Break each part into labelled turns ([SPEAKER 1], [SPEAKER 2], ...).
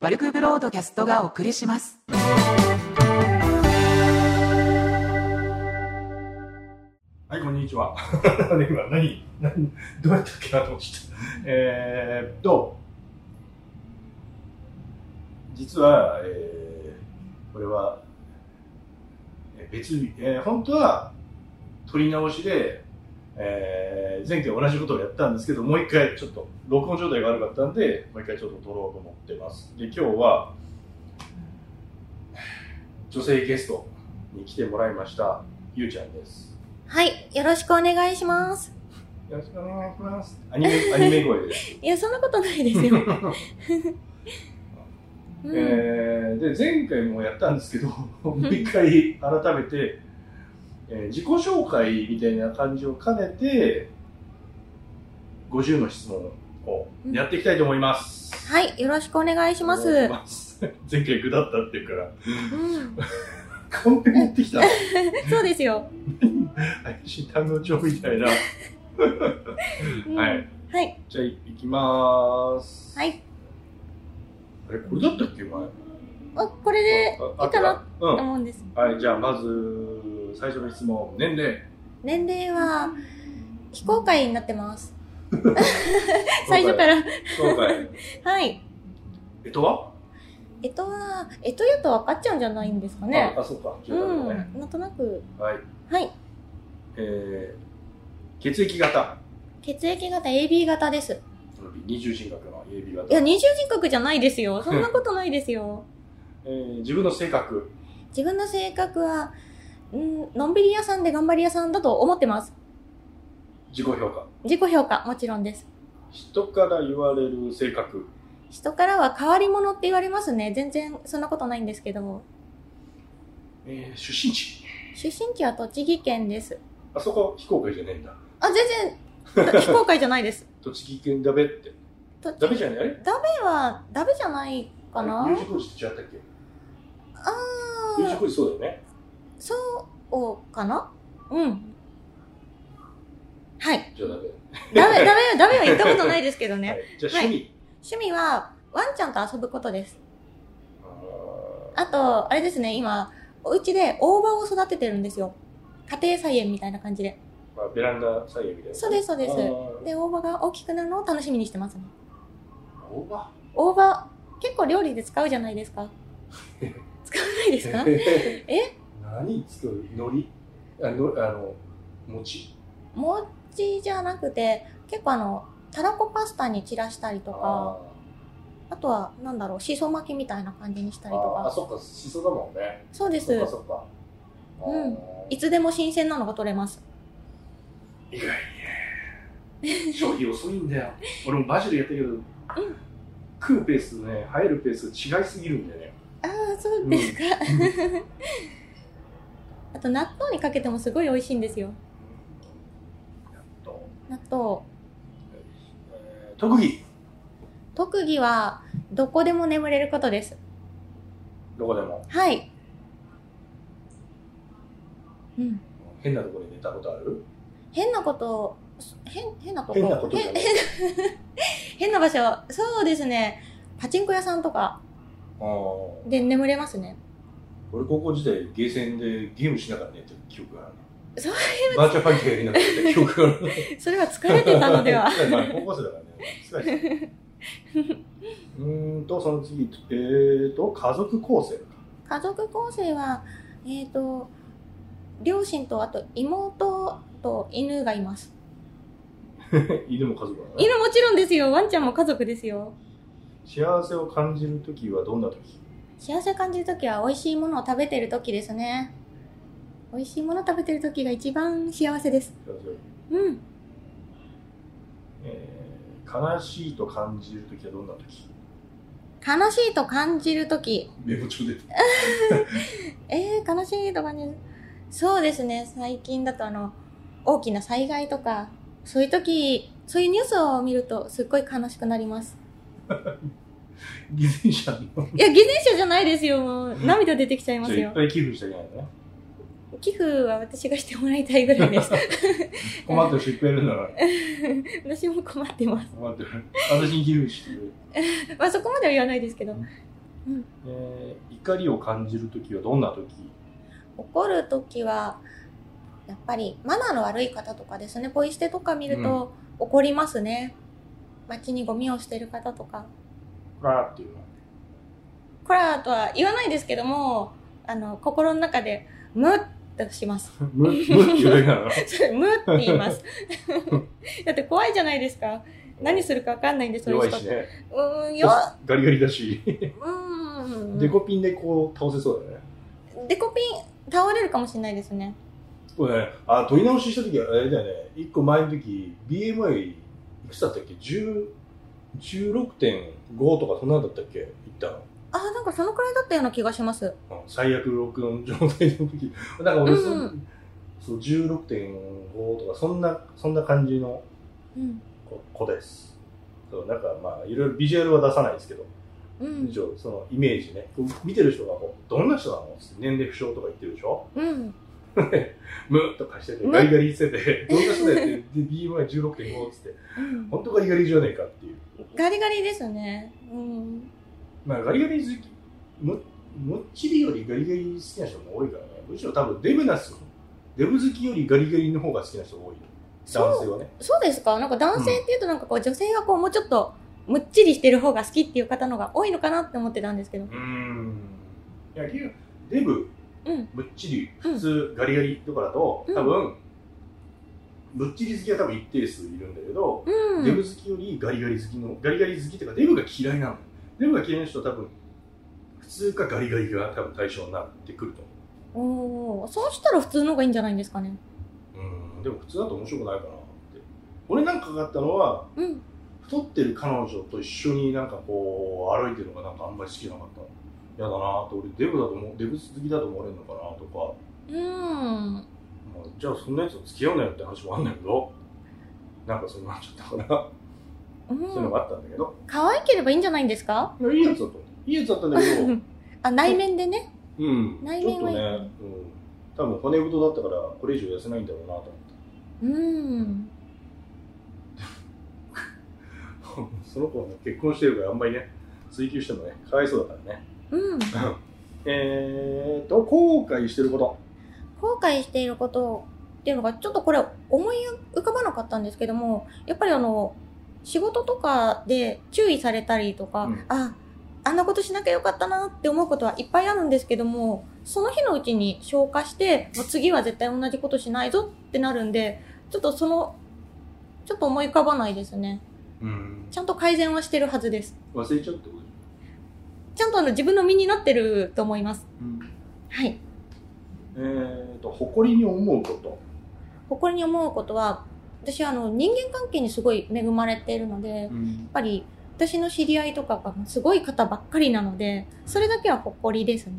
[SPEAKER 1] バルクブロードキャストがお送りします。
[SPEAKER 2] はい、こんにちは。 今何、何、どうやったっけなと思って。えーっと、実は、えーこれは、えー別日、えー本当は、撮り直しで、えー前回同じことをやったんですけど、もう一回ちょっと、録音状態が悪かったんで、もう一回ちょっと撮ろうと思ってます。で、今日は、女性ゲストに来てもらいました、ゆうちゃんです。
[SPEAKER 3] はい、よろしくお願いします。
[SPEAKER 2] よろしくお願いします。アニメ、アニメ声です。
[SPEAKER 3] いや、そんなことないで すよ。うん
[SPEAKER 2] えー、で、前回もやったん ですけど、もう一回改めて、えー自己紹介みたいな感じを兼ねて、50の質問をやっていきたいと思います。
[SPEAKER 3] はい、よろしくお願いします。
[SPEAKER 2] 思
[SPEAKER 3] う
[SPEAKER 2] います。 前回下ったっていうから、
[SPEAKER 3] ん、
[SPEAKER 2] カンペ持ってきた。
[SPEAKER 3] そうですよ。
[SPEAKER 2] 配信単語帳みたいな。
[SPEAKER 3] うん
[SPEAKER 2] はい。
[SPEAKER 3] はい、
[SPEAKER 2] じゃあ、いきまーす。
[SPEAKER 3] はい。
[SPEAKER 2] あれ、これだったっけ前。
[SPEAKER 3] あ、これで
[SPEAKER 2] あ
[SPEAKER 3] いいかな
[SPEAKER 2] あうん
[SPEAKER 3] と。思うんです。
[SPEAKER 2] はい、じゃあまず最初の質問、年齢。。
[SPEAKER 3] 年齢は非公開になってます。最初からら。
[SPEAKER 2] 今回。
[SPEAKER 3] はい。
[SPEAKER 2] えとは？
[SPEAKER 3] えとは、えとやと分かっちゃうんじゃないんですかね
[SPEAKER 2] あ。あ、そうか。
[SPEAKER 3] う
[SPEAKER 2] 十
[SPEAKER 3] ん、
[SPEAKER 2] 代だね
[SPEAKER 3] なんとなく。
[SPEAKER 2] はい。
[SPEAKER 3] はい。
[SPEAKER 2] えー、血液型。
[SPEAKER 3] 血液型 AB 型です。
[SPEAKER 2] 二重人格の AB 型。
[SPEAKER 3] いや、二重人格じゃないですよ。そんなことないですよ。
[SPEAKER 2] えー、自分の性格。
[SPEAKER 3] 自分の性格は、うん、のんびり屋さんで頑張り屋さんだと思ってます。
[SPEAKER 2] 自己評価。
[SPEAKER 3] 自己評価、もちろんです。
[SPEAKER 2] 人から言われる性格。
[SPEAKER 3] 人からは変わり者って言われますね。全然そんなことないんですけども。
[SPEAKER 2] えー、出身地。
[SPEAKER 3] 出身地は栃木県です。
[SPEAKER 2] あそこ非公開じゃねえんだ。
[SPEAKER 3] あ、全然、 非公開じゃないです。
[SPEAKER 2] 栃木県だべって。
[SPEAKER 3] と
[SPEAKER 2] だべじゃない？あれ
[SPEAKER 3] 彼は、ダメじゃないかな
[SPEAKER 2] あれ U 字工事って違ったっけ
[SPEAKER 3] あ
[SPEAKER 2] ？U 字
[SPEAKER 3] ー、
[SPEAKER 2] 工事そうだよね。
[SPEAKER 3] そうかなうん。はい。
[SPEAKER 2] じゃあだべ。
[SPEAKER 3] ダメ、ダメ、ダメは言ったことないですけど
[SPEAKER 2] は
[SPEAKER 3] ね。
[SPEAKER 2] い。じゃあ趣味。
[SPEAKER 3] 趣味は、ワンちゃんと遊ぶことです。
[SPEAKER 2] あ
[SPEAKER 3] あと、あれですね、今、お家で大葉を育ててるんですよ。家庭菜園みたいな感じで。
[SPEAKER 2] ーまあベランダ菜園みたいな。
[SPEAKER 3] そうです、そうです。
[SPEAKER 2] あー
[SPEAKER 3] で、大葉が大きくなるのを楽しみにしてますね。
[SPEAKER 2] 大葉
[SPEAKER 3] 大葉、結構料理で使うじゃないです か。使わないですか
[SPEAKER 2] え何作るのりあのあの餅
[SPEAKER 3] 餅じゃなくて、結構あの、たらこパスタに散らしたりとか、あとは、なんだろう、しそ巻きみたいな感じにし
[SPEAKER 2] あ
[SPEAKER 3] たりと
[SPEAKER 2] ーあ
[SPEAKER 3] か。
[SPEAKER 2] そっかしそだもんね
[SPEAKER 3] そうです
[SPEAKER 2] そっ。かそっか
[SPEAKER 3] うん
[SPEAKER 2] あー
[SPEAKER 3] いつでも新鮮なのが取れます。
[SPEAKER 2] 意外ね消費遅いんだよ俺もバジルやったけど、食うペースとね入るペース違いすぎるんだよね
[SPEAKER 3] ああ、そうですか。 あと、納豆にかけてもすごい美味しいんですよ。
[SPEAKER 2] やっと、
[SPEAKER 3] 納豆。
[SPEAKER 2] えー特技
[SPEAKER 3] 特技はどこでも眠れることです。
[SPEAKER 2] どこでも
[SPEAKER 3] はい。うん。
[SPEAKER 2] 変なところで寝たことある
[SPEAKER 3] 変なこと、す変、変なとこ
[SPEAKER 2] 変なことじゃ
[SPEAKER 3] 変
[SPEAKER 2] ない
[SPEAKER 3] 変な場所、そうですね。パチンコ屋さんとか
[SPEAKER 2] あー
[SPEAKER 3] で眠れますね。
[SPEAKER 2] 俺高校時代ゲーセンでゲームしながら寝てる記憶がある
[SPEAKER 3] そう
[SPEAKER 2] バーチャルファイトやりながら寝てる記憶がある
[SPEAKER 3] それは疲れてたの では。
[SPEAKER 2] まあ高校生だからね。疲れてたうーんと、その次、えーと、家族構成。
[SPEAKER 3] 家族構成は、えっ、と、両親とあと妹と犬がいます。
[SPEAKER 2] 犬も家族だね。
[SPEAKER 3] 犬もちろんですよ。ワンちゃんも家族ですよ。
[SPEAKER 2] 幸せを感じるときはどんなとき
[SPEAKER 3] 幸せ感じるときは美味しいものを食べてるときですね美味しいもの食べてるときが一番幸せですうん
[SPEAKER 2] えー悲しいと感じるときはどんなとき
[SPEAKER 3] 悲しいと感じるとき
[SPEAKER 2] メモ帳で。
[SPEAKER 3] えー、悲しいと感じるそうですね最近だとあの大きな災害とかそういうときそういうニュースを見るとすっごい悲しくなり ます
[SPEAKER 2] 偽善者の。
[SPEAKER 3] いや偽善者じゃないですよもう涙出てきちゃいま
[SPEAKER 2] じゃあ
[SPEAKER 3] す
[SPEAKER 2] いっ
[SPEAKER 3] よ
[SPEAKER 2] ぱい寄付してあげないのね。
[SPEAKER 3] 寄付は私がしてもらいたいぐらいです
[SPEAKER 2] 困ってる人いっぱいいるんだから。
[SPEAKER 3] 私も困ってます
[SPEAKER 2] 困ってる。私に寄付してくれ。
[SPEAKER 3] まあそこまでは言わないですけどうん
[SPEAKER 2] えー怒りを感じるときはどんなとき
[SPEAKER 3] 怒るときは、やっぱりマナーの悪い方とかですね、ポイ捨てとか見ると怒りますね。街にゴミを捨てる方とか。
[SPEAKER 2] ラーっていうのは
[SPEAKER 3] こらーとは言わないですけども、あの、心の中で、むっとします。
[SPEAKER 2] む、むって言われながら。
[SPEAKER 3] それむって言 います。だって怖いじゃないですか。何するかわかんないんで、そう
[SPEAKER 2] 弱
[SPEAKER 3] いう
[SPEAKER 2] い
[SPEAKER 3] 人っ。
[SPEAKER 2] してね。
[SPEAKER 3] うーん、よ、
[SPEAKER 2] ガリガリだし、
[SPEAKER 3] うーん。
[SPEAKER 2] デコピンでこう倒せそうだよね。
[SPEAKER 3] デコピン、倒れるかもしれないですね。
[SPEAKER 2] これね、あ、取り直ししたときは、あれだよね、一個前のとき、BMI いくつだったっけ ?10、16.5とかそんなんだったっけいったの。
[SPEAKER 3] あー、なんかそのくらいだったような気がします。
[SPEAKER 2] うん最悪録音状態の時 だから俺そ、
[SPEAKER 3] う
[SPEAKER 2] そう16.5とかそんなそんな感じの
[SPEAKER 3] うん。
[SPEAKER 2] 子子ですそうなんかまあいろいろビジュアルは出さないですけど、
[SPEAKER 3] うん
[SPEAKER 2] 一。応そのイメージねこう見てる人がこうどんな人なのって年齢不詳とか言ってるでしょ
[SPEAKER 3] うん。
[SPEAKER 2] ムーッとかしてて
[SPEAKER 3] ムッ
[SPEAKER 2] ガリガリしてて どんな人だよってで BMI16.5 っつって
[SPEAKER 3] うん
[SPEAKER 2] 本当ガリガリじゃねえかっていう
[SPEAKER 3] ガリガリですね。うん。
[SPEAKER 2] まあガリガリ好きむむっちりよりガリガリ好きな人も多いからねむしろ多分デブな人デブ好きよりガリガリの方が好きな人多い男
[SPEAKER 3] そ
[SPEAKER 2] 性
[SPEAKER 3] う、
[SPEAKER 2] はね
[SPEAKER 3] そうですかなんか男性っていうとなんかこう女性がこうもうちょっとむっちりしてる方が好きっていう方のが多いのかなって思ってたんですけど。
[SPEAKER 2] うーんいや結局デブ
[SPEAKER 3] うん。
[SPEAKER 2] むっちり
[SPEAKER 3] うん
[SPEAKER 2] 普通ガリガリとかだと
[SPEAKER 3] うん
[SPEAKER 2] 多分、むっちり好きは多分一定数いるんだけど、
[SPEAKER 3] う
[SPEAKER 2] デブ
[SPEAKER 3] ん。
[SPEAKER 2] 好きよりガリガリ好きのガリガリ好きっていうかデブが嫌いなのデブが嫌いな人は多分普通かガリガリが多分対象になってくると思う
[SPEAKER 3] おーそうしたら普通の方がいいんじゃないんですかね。
[SPEAKER 2] うんでも普通だと面白くないかなって俺なんかがあったのは
[SPEAKER 3] うん。
[SPEAKER 2] 太ってる彼女と一緒になんかこう歩いてるのがなんかあんまり好きじゃなかった嫌だなって俺デブだと思うデブ好きだと思われるのかなとか、
[SPEAKER 3] うん。
[SPEAKER 2] まあ、じゃあそんなやつと付き合うなよって話もあんだけどなんかそうなっちゃったから、
[SPEAKER 3] う
[SPEAKER 2] そういうの
[SPEAKER 3] ん。
[SPEAKER 2] があったんだけど
[SPEAKER 3] 可愛ければいいんじゃないんですか
[SPEAKER 2] いやいいやつだと思ういいやつだったんだけど
[SPEAKER 3] あ、内面でね。
[SPEAKER 2] うん
[SPEAKER 3] 内
[SPEAKER 2] ちょっ
[SPEAKER 3] 面
[SPEAKER 2] と
[SPEAKER 3] は
[SPEAKER 2] ね、
[SPEAKER 3] いい
[SPEAKER 2] うん、多分骨太だったからこれ以上痩せないんだろうなと思って
[SPEAKER 3] うん。
[SPEAKER 2] その子はね結婚してるからあんまりね追求してもねかわいそうだからね
[SPEAKER 3] うん。
[SPEAKER 2] えーと後悔してること
[SPEAKER 3] 後悔していることっていうのがちょっとこれ思い浮かばなかったんですけどもやっぱりあの仕事とかで注意されたりとか、
[SPEAKER 2] うん
[SPEAKER 3] ああんなことしなきゃよかったなって思うことはいっぱいあるんですけどもその日のうちに消化してもう次は絶対同じことしないぞってなるんでちょっとそのちょっと思い浮かばないですね
[SPEAKER 2] うん
[SPEAKER 3] ちゃんと改善はしてるはずです
[SPEAKER 2] 忘れちゃうってこと
[SPEAKER 3] ちゃんとあの自分の身になってると思いますはい
[SPEAKER 2] えーと誇りに思うこと
[SPEAKER 3] 誇りに思うことは私はあの人間関係にすごい恵まれているのでやっぱり私の知り合いとかがすごい方ばっかりなのでそれだけは誇りですね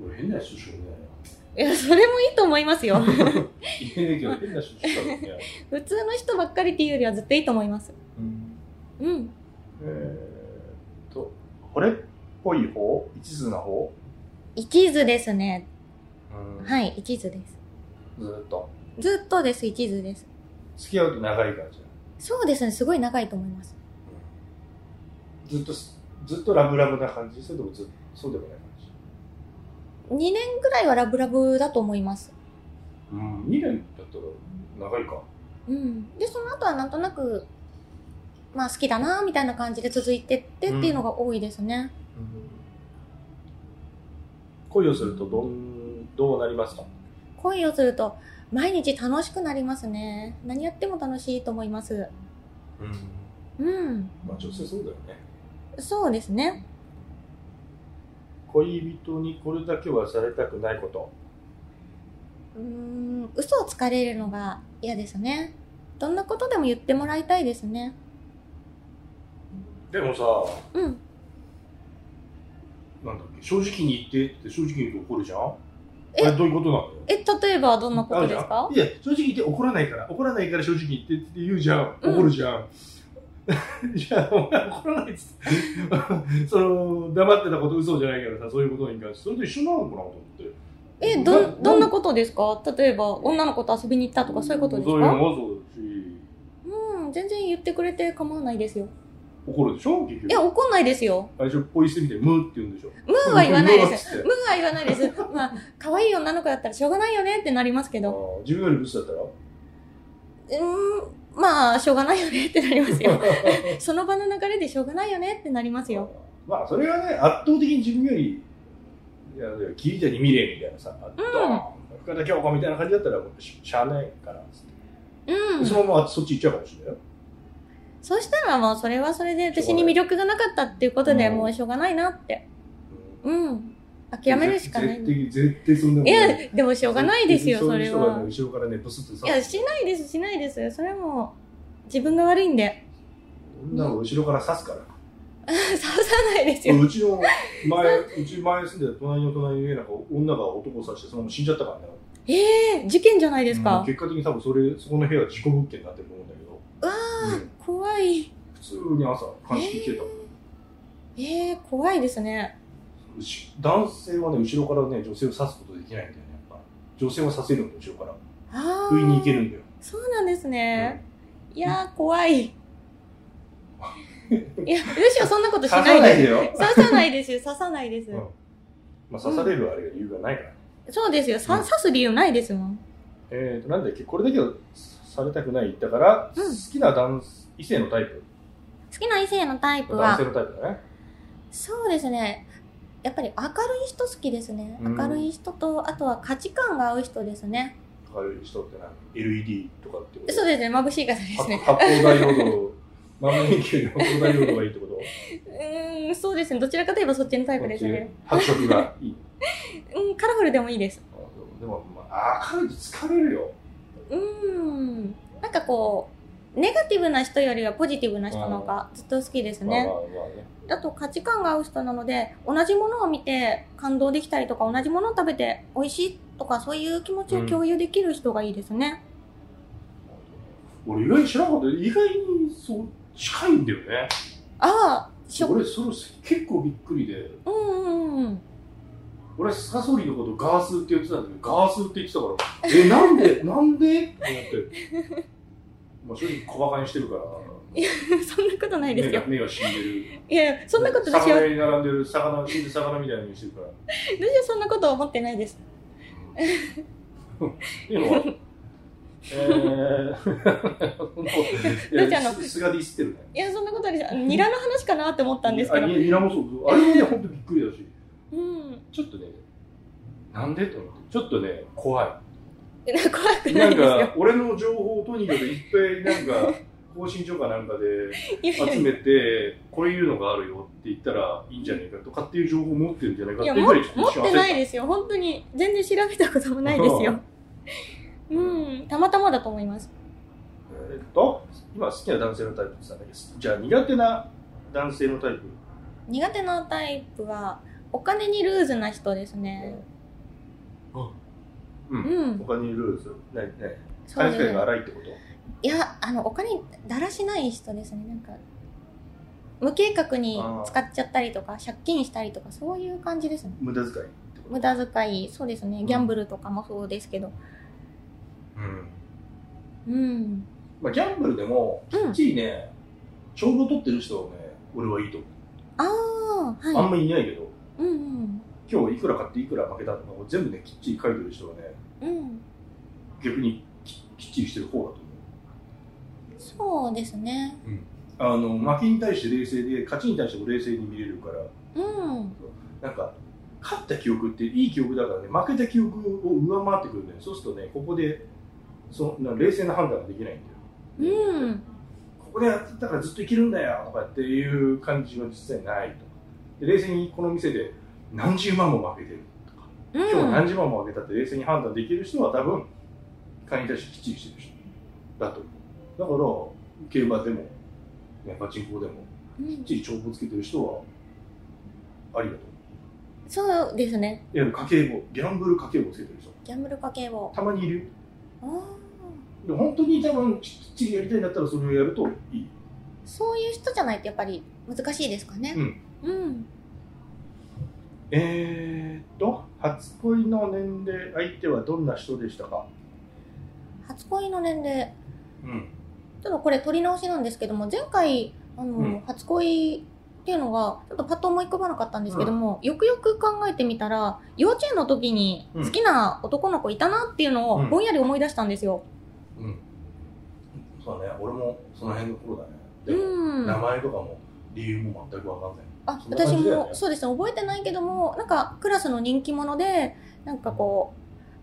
[SPEAKER 2] うん俺変な人しかいないない
[SPEAKER 3] やそれもいいと思いますよ
[SPEAKER 2] いやいやけど変な人しかいない、
[SPEAKER 3] 普通の人ばっかりっていうよりはずっといいと思います
[SPEAKER 2] うん、
[SPEAKER 3] うん
[SPEAKER 2] えーと惚れっぽい方一途な方
[SPEAKER 3] 一途ですね
[SPEAKER 2] うん
[SPEAKER 3] はい一途です
[SPEAKER 2] ずーっと
[SPEAKER 3] ずっとです一途です
[SPEAKER 2] 付き合うと長い感じ
[SPEAKER 3] そうですねすごい長いと思います
[SPEAKER 2] ずっとすずっとラブラブな感じそれともずっとそうでもない感じ
[SPEAKER 3] 2年ぐらいはラブラブだと思います
[SPEAKER 2] うん2年だったら長いか
[SPEAKER 3] うん、でその後はなんとなく、まあ、好きだなみたいな感じで続いてってっていうのが多いですね、
[SPEAKER 2] 恋をするとどんどうなりますか
[SPEAKER 3] 恋をすると毎日楽しくなりますね何やっても楽しいと思いますうん
[SPEAKER 2] まあ女性そうだよね
[SPEAKER 3] そうですね
[SPEAKER 2] 恋人にこれだけはされたくないこと
[SPEAKER 3] うーん嘘をつかれるのが嫌ですねどんなことでも言ってもらいたいですね
[SPEAKER 2] でもさ
[SPEAKER 3] うん
[SPEAKER 2] なんだっけ正直に言ってって正直に言うと怒るじゃんあ
[SPEAKER 3] え
[SPEAKER 2] れどういうことなのよ
[SPEAKER 3] え例えばどんなこ
[SPEAKER 2] あ
[SPEAKER 3] と
[SPEAKER 2] る
[SPEAKER 3] で
[SPEAKER 2] じゃ
[SPEAKER 3] すか
[SPEAKER 2] んいや正直に言って怒らないから怒らないから正直に言ってって言うじゃん
[SPEAKER 3] うん
[SPEAKER 2] 怒るじゃん、 じゃあお前怒らないっつって その黙ってたこと嘘じゃないからさそういうことに関してそれと一緒なのかなと思って
[SPEAKER 3] え
[SPEAKER 2] な
[SPEAKER 3] どどんな
[SPEAKER 2] こ
[SPEAKER 3] ことですか例えば女の子と遊びに行ったとかそういうことです
[SPEAKER 2] そういうの
[SPEAKER 3] か
[SPEAKER 2] もそうだし
[SPEAKER 3] うん全然言ってくれて構わないですよ
[SPEAKER 2] 怒るでしょ結局。
[SPEAKER 3] いや、怒んないですよ。
[SPEAKER 2] 最初、ポイ捨てみて、ムーって言うんでしょ。
[SPEAKER 3] ムーは言わないです。
[SPEAKER 2] ムーっつって
[SPEAKER 3] ムーは言わないです。まあ、可愛い女の子だったらしょうがないよねってなりますけ
[SPEAKER 2] あ
[SPEAKER 3] ど。
[SPEAKER 2] ー自分よりブスだったら
[SPEAKER 3] うーん、まあ、しょうがないよねってなりますよ。その場の流れでしょうがないよねってなりますよ。
[SPEAKER 2] まあ、それがね、圧倒的に自分より、いや、聞いたに見れみたいなさ、ドーン、深田恭子みたいな感じだったら、もうししゃあないからっつって、
[SPEAKER 3] うん。
[SPEAKER 2] そのままそっち行っちゃうかもしれないよ。
[SPEAKER 3] そしたらもうそれはそれで私に魅力がなかったっていうことでもうしょうがないなって。うん。諦めるしかない。
[SPEAKER 2] 絶
[SPEAKER 3] い
[SPEAKER 2] 対、絶対そんなことない
[SPEAKER 3] や、でもしょうがないですよ、それ
[SPEAKER 2] そういう人がね。後ろか
[SPEAKER 3] は
[SPEAKER 2] らね、ブスってさ
[SPEAKER 3] い、や、しないです、しないです。それはもう、自分が悪いんで。
[SPEAKER 2] 女を後ろから刺すから。
[SPEAKER 3] 刺さないですよ。
[SPEAKER 2] うちの前、うち前住んでた隣の隣の家なんか、女が男を刺して、そのまま死んじゃったからね。
[SPEAKER 3] ええ事件じゃないです
[SPEAKER 2] うん
[SPEAKER 3] か。
[SPEAKER 2] 結果的に多分それ、そこの部屋は事故物件になってると思うんだけど、
[SPEAKER 3] うわ
[SPEAKER 2] うん
[SPEAKER 3] あ、怖い。
[SPEAKER 2] 普通に朝、鑑識来てたもん。
[SPEAKER 3] ええ怖いですね。
[SPEAKER 2] うち男性はね、後ろからね、女性を刺すことできないんだよね、やっぱ。女性は刺せるんだよ、後ろから。
[SPEAKER 3] ああ。
[SPEAKER 2] 不意に行けるんだよ。
[SPEAKER 3] そうなんですね。いやー、怖 い。いや、むしろそんなことし
[SPEAKER 2] 刺
[SPEAKER 3] な
[SPEAKER 2] さ
[SPEAKER 3] い
[SPEAKER 2] ない
[SPEAKER 3] で
[SPEAKER 2] でよ
[SPEAKER 3] す。。刺さないですよ、刺さないです。
[SPEAKER 2] うんまあ、刺されるあれが理由がないから。
[SPEAKER 3] そうですよ、さ
[SPEAKER 2] うん
[SPEAKER 3] 刺す理由ないですもん。
[SPEAKER 2] えーと、なんだっけ、これだけはされたくない言ったから、
[SPEAKER 3] うん
[SPEAKER 2] 好きな男異性のタイプ、
[SPEAKER 3] 好きな異性のタイプ
[SPEAKER 2] 男
[SPEAKER 3] は
[SPEAKER 2] 性、のタイプだね。
[SPEAKER 3] そうですね。やっぱり明るい人好きですね。
[SPEAKER 2] うん
[SPEAKER 3] 明るい人と、あとは価値観が合う人ですね。
[SPEAKER 2] 明るい人ってな、LED とかってこと
[SPEAKER 3] そうですね、眩しい方です
[SPEAKER 2] 発
[SPEAKER 3] ね。
[SPEAKER 2] 発光ダイオード、万年球の発光ダイオードがいいってこと
[SPEAKER 3] うーん、そうですね。どちらかといえばそっちのタイプですね。
[SPEAKER 2] 発色がいい。
[SPEAKER 3] うん、カラフルでもいいです。
[SPEAKER 2] あでも、まあ、明るいと疲れるよ。
[SPEAKER 3] うーん、なんかこう、ネガティブな人よりはポジティブな人の方がずっと好きです
[SPEAKER 2] まあ
[SPEAKER 3] ね
[SPEAKER 2] まあ。まあね。
[SPEAKER 3] あと価値観が合う人なので、同じものを見て感動できたりとか、同じものを食べて美味しいとか、そういう気持ちを共有できる人がいいですね。
[SPEAKER 2] 俺意外に知らなかった。意外にそう近いんだよね。
[SPEAKER 3] ああ、しょ、
[SPEAKER 2] 俺それ結構びっくりで、
[SPEAKER 3] うんうんうん。
[SPEAKER 2] 俺サソリのことガースって言ってたんだけど、ガースって言ってたから、え、なんで、 なんでって思って。まあ正直小馬鹿にしてるから。
[SPEAKER 3] そんなことないで
[SPEAKER 2] 目
[SPEAKER 3] すよ
[SPEAKER 2] が。目が死んでる。
[SPEAKER 3] いやいや、そんなこと私は、
[SPEAKER 2] 魚屋に並んでる魚、死んでる魚みたいなにしてるから。
[SPEAKER 3] 私はそんなことは思ってないです。
[SPEAKER 2] っていうの は。えー、
[SPEAKER 3] どうしたの
[SPEAKER 2] すがディスってるね。
[SPEAKER 3] いや、そんなことはです。ニラの話かなって思ったんですけど
[SPEAKER 2] あ。ニニラもそう。あれもね、本当びっくりだし。
[SPEAKER 3] うん。
[SPEAKER 2] ちょっとね、なんでと思って、ちょっとね、怖い。
[SPEAKER 3] なんか怖くな
[SPEAKER 2] ないん
[SPEAKER 3] ですよ
[SPEAKER 2] か、俺の情報をとにかくいっぱい、 なんか、更新所かなんかで
[SPEAKER 3] いやいや
[SPEAKER 2] 集。めて、これいうのがあるよって言ったらいいんじゃないかとかっていう情報を持ってるんじゃないかって
[SPEAKER 3] いや
[SPEAKER 2] いう
[SPEAKER 3] も
[SPEAKER 2] ぐらいちょ
[SPEAKER 3] 持
[SPEAKER 2] っと一瞬
[SPEAKER 3] って
[SPEAKER 2] 焦っ
[SPEAKER 3] ないですよ本当に全然調べたこともないですようんたまたまだと思います
[SPEAKER 2] えーっと、今好きな男性のタイプって言ってたんだけど、じゃあ苦手な男性のタイプ。
[SPEAKER 3] 苦手なタイプはお金にルーズな人ですね
[SPEAKER 2] う。
[SPEAKER 3] うんん
[SPEAKER 2] 他にルールない、ない。
[SPEAKER 3] そう
[SPEAKER 2] 金
[SPEAKER 3] で
[SPEAKER 2] 遣い
[SPEAKER 3] す
[SPEAKER 2] が荒いってこと
[SPEAKER 3] いやあのお金だらしない人ですねなんか無計画に使っちゃったりとか借金したりとかそういう感じですね
[SPEAKER 2] 無駄遣いってこと
[SPEAKER 3] 無駄遣いそうですねギャンブルとかもそうですけど
[SPEAKER 2] うん。
[SPEAKER 3] うん
[SPEAKER 2] まあ、ギャンブルでも、
[SPEAKER 3] う
[SPEAKER 2] きっ
[SPEAKER 3] ん
[SPEAKER 2] ちりね、帳簿取ってる人はね、俺はいいと思う。
[SPEAKER 3] ああ
[SPEAKER 2] あ
[SPEAKER 3] は
[SPEAKER 2] んまりいないけど、
[SPEAKER 3] いうんうん
[SPEAKER 2] 今日いくら買っていくら負けたとか、全部ね、きっちり書いてる人はね、
[SPEAKER 3] うん
[SPEAKER 2] 逆にききっちりしてる方だと思う。
[SPEAKER 3] そうですね
[SPEAKER 2] あの、負けに対して冷静で、勝ちに対しても冷静に見れるから、
[SPEAKER 3] うん
[SPEAKER 2] なんか、勝った記憶っていい記憶だからね、負けた記憶を上回ってくるんだよ。そうするとね、ここで、その冷静な判断ができないんだよ。
[SPEAKER 3] うん
[SPEAKER 2] ここでやってたからずっと生きるんだよとかっていう感じは実際ないとで冷静にこの店で何十万も負けてるとか
[SPEAKER 3] うん
[SPEAKER 2] 今日何十万も負けたって冷静に判断できる人は多分会員に対してきっちりしてる人だと思うだから競馬でも、ね、パチンコでも
[SPEAKER 3] うん
[SPEAKER 2] きっちり帳簿つけてる人はありだと思
[SPEAKER 3] そうですね。
[SPEAKER 2] ういわゆる家計簿ギャンブル家計簿つけてる人
[SPEAKER 3] ギャンブル家計簿。
[SPEAKER 2] たまにいるよ
[SPEAKER 3] あー
[SPEAKER 2] でも本当に多分きっちりやりたいんだったらそれをやるといい
[SPEAKER 3] そういう人じゃないとやっぱり難しいですかね。うん。
[SPEAKER 2] えー、っと、初恋の年齢、相手はどんな人でしたか、
[SPEAKER 3] 初恋の年齢。
[SPEAKER 2] うん、
[SPEAKER 3] ちょっとこれ取り直しなんですけども、前回あの、
[SPEAKER 2] うん
[SPEAKER 3] 初恋っていうのが、ちょっとパッと思い浮かばなかったんですけども、よくよく考えてみたら、幼稚園の時に
[SPEAKER 2] うん
[SPEAKER 3] 好きな男の子いたなっていうの
[SPEAKER 2] う
[SPEAKER 3] を
[SPEAKER 2] ん
[SPEAKER 3] ぼんやり思い出したんですよ。
[SPEAKER 2] うん。そうだね、俺もその辺の頃だね。
[SPEAKER 3] う
[SPEAKER 2] でも、
[SPEAKER 3] ん。
[SPEAKER 2] 名前とかも理由も全くわかんない。
[SPEAKER 3] あ、
[SPEAKER 2] そんな感
[SPEAKER 3] 私
[SPEAKER 2] じだよね
[SPEAKER 3] も、そうですね、覚えてないけども、なんかクラスの人気者で、なんかこ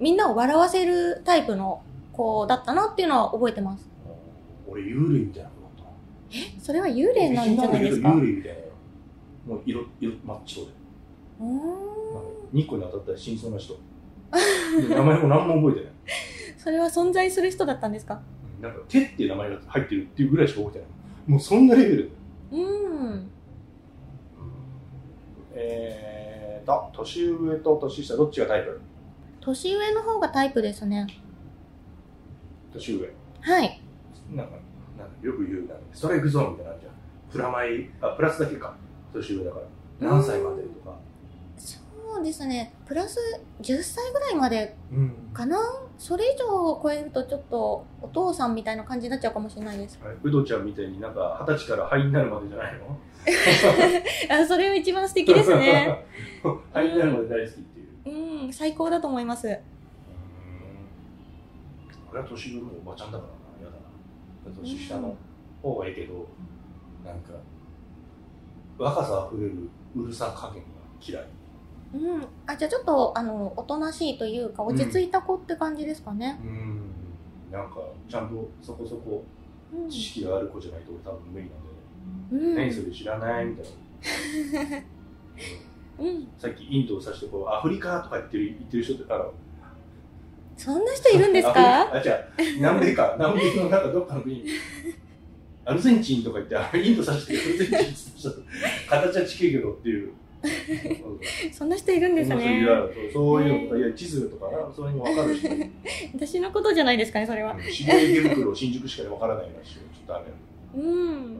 [SPEAKER 3] う、みんなを笑わせるタイプの子だったなっていうのは覚えてます。
[SPEAKER 2] うん俺、幽霊みたいな子だったな。
[SPEAKER 3] それは幽霊なんじゃないで
[SPEAKER 2] 美人
[SPEAKER 3] すか。う
[SPEAKER 2] だけ
[SPEAKER 3] ん
[SPEAKER 2] ど幽霊みたいな。もう色、色、真っ白で。なんか日光に当たったら真相な人。で名前も何も覚えてない。
[SPEAKER 3] それは存在する人だったんですか
[SPEAKER 2] なんか、手っていう名前が入ってるっていうぐらいしか覚えてない。もうそんなレベル。
[SPEAKER 3] うん。
[SPEAKER 2] えーと、年上と年下、どっちがタイプ
[SPEAKER 3] 年上の方がタイプですね。
[SPEAKER 2] 年上。
[SPEAKER 3] はい。
[SPEAKER 2] なんか、なんかよく言うなんかストライクゾーンみたいなのあるじゃん。プラマイ、あ、プラスだけか。年上だから。何歳までとか。
[SPEAKER 3] そうですね。プラス10歳ぐらいまで
[SPEAKER 2] うん。
[SPEAKER 3] かなそれ以上を超えるとちょっとお父さんみたいな感じになっちゃうかもしれないです。
[SPEAKER 2] あれうどちゃんみたいになんか二十歳から灰になるまでじゃないの
[SPEAKER 3] あ、それは一番素敵です ね。。
[SPEAKER 2] 灰になるまで大好きっていう。
[SPEAKER 3] うん、最高だと思います。
[SPEAKER 2] 俺は年上のおばちゃんだからな、嫌だな。年下の方がいいけど、なんか、若さ溢れるうるさ加減が嫌い。
[SPEAKER 3] うん。あ、じゃあちょっと、あの、おとなしいというか、落ち着いた子って感じですかね。
[SPEAKER 2] うん。なんか、ちゃんとそこそこ
[SPEAKER 3] うん。
[SPEAKER 2] 知識がある子じゃないと俺多分無理なんで、
[SPEAKER 3] うん。
[SPEAKER 2] 何それ知らないみたいな。
[SPEAKER 3] うん。
[SPEAKER 2] さっきインドを指してこう、アフリカとか言ってる言ってる人って、あの、
[SPEAKER 3] そんな人いるんですか
[SPEAKER 2] あ、じゃあ、南米か、南米のなんかどっかの国に。アルゼンチンとか言って、あインド指してアルゼンチンって言ってた形は近いけどっていう。
[SPEAKER 3] そんな人いるんです
[SPEAKER 2] そう
[SPEAKER 3] ね
[SPEAKER 2] いう。そういうのとか、いや、地図とかな、そういうの分かる し、
[SPEAKER 3] 私のことじゃないですかね、それは。
[SPEAKER 2] 渋谷池袋、新宿しか分からないらしいよちょっとあれ。
[SPEAKER 3] うん。